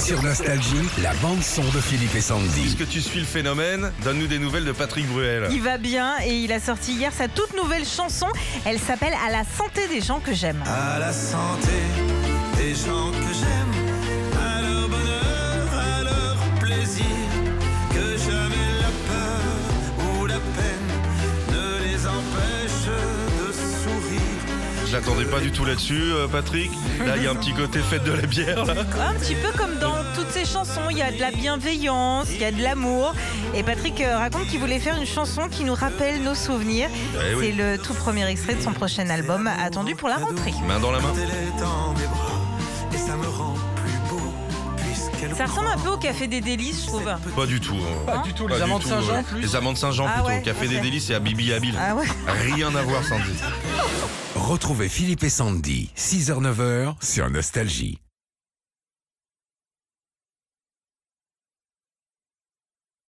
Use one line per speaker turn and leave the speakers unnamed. Sur Nostalgie, la bande-son de Philippe et Sandy.
Est-ce que tu suis le phénomène Donne-nous des nouvelles de Patrick Bruel.
Il va bien et il a sorti hier sa toute nouvelle chanson. Elle s'appelle À la santé des gens que j'aime.
Ah.
à la santé des gens que j'aime, à leur bonheur, à leur plaisir, que jamais la peur ou la peine ne les empêche de sourire.
Je l'attendais pas du tout là-dessus, euh, Patrick. Là, il y a un petit côté fête de la bière. Là.
Un petit peu comme dans toutes ses chansons, il y a de la bienveillance, il y a de l'amour. Et Patrick euh, raconte qu'il voulait faire une chanson qui nous rappelle nos souvenirs.
Eh oui.
C'est le tout premier extrait de son prochain album attendu pour la rentrée.
Main dans la main.
Quand elle est dans mes bras, et ça me rend plus beau, puisqu'elle
Ça ressemble un peu au Café des Délices, je trouve.
Pas du tout. euh,
Pas
du tout.
les amandes Saint-Jean,
ouais.
plus.
Les amandes Saint-Jean
Ah
plutôt.
ouais,
Café
ok.
des délices et Habibi Habil.
Ah ouais
Rien à voir, Sandy.
Retrouvez Philippe et Sandy, 6h-9h, sur Nostalgie.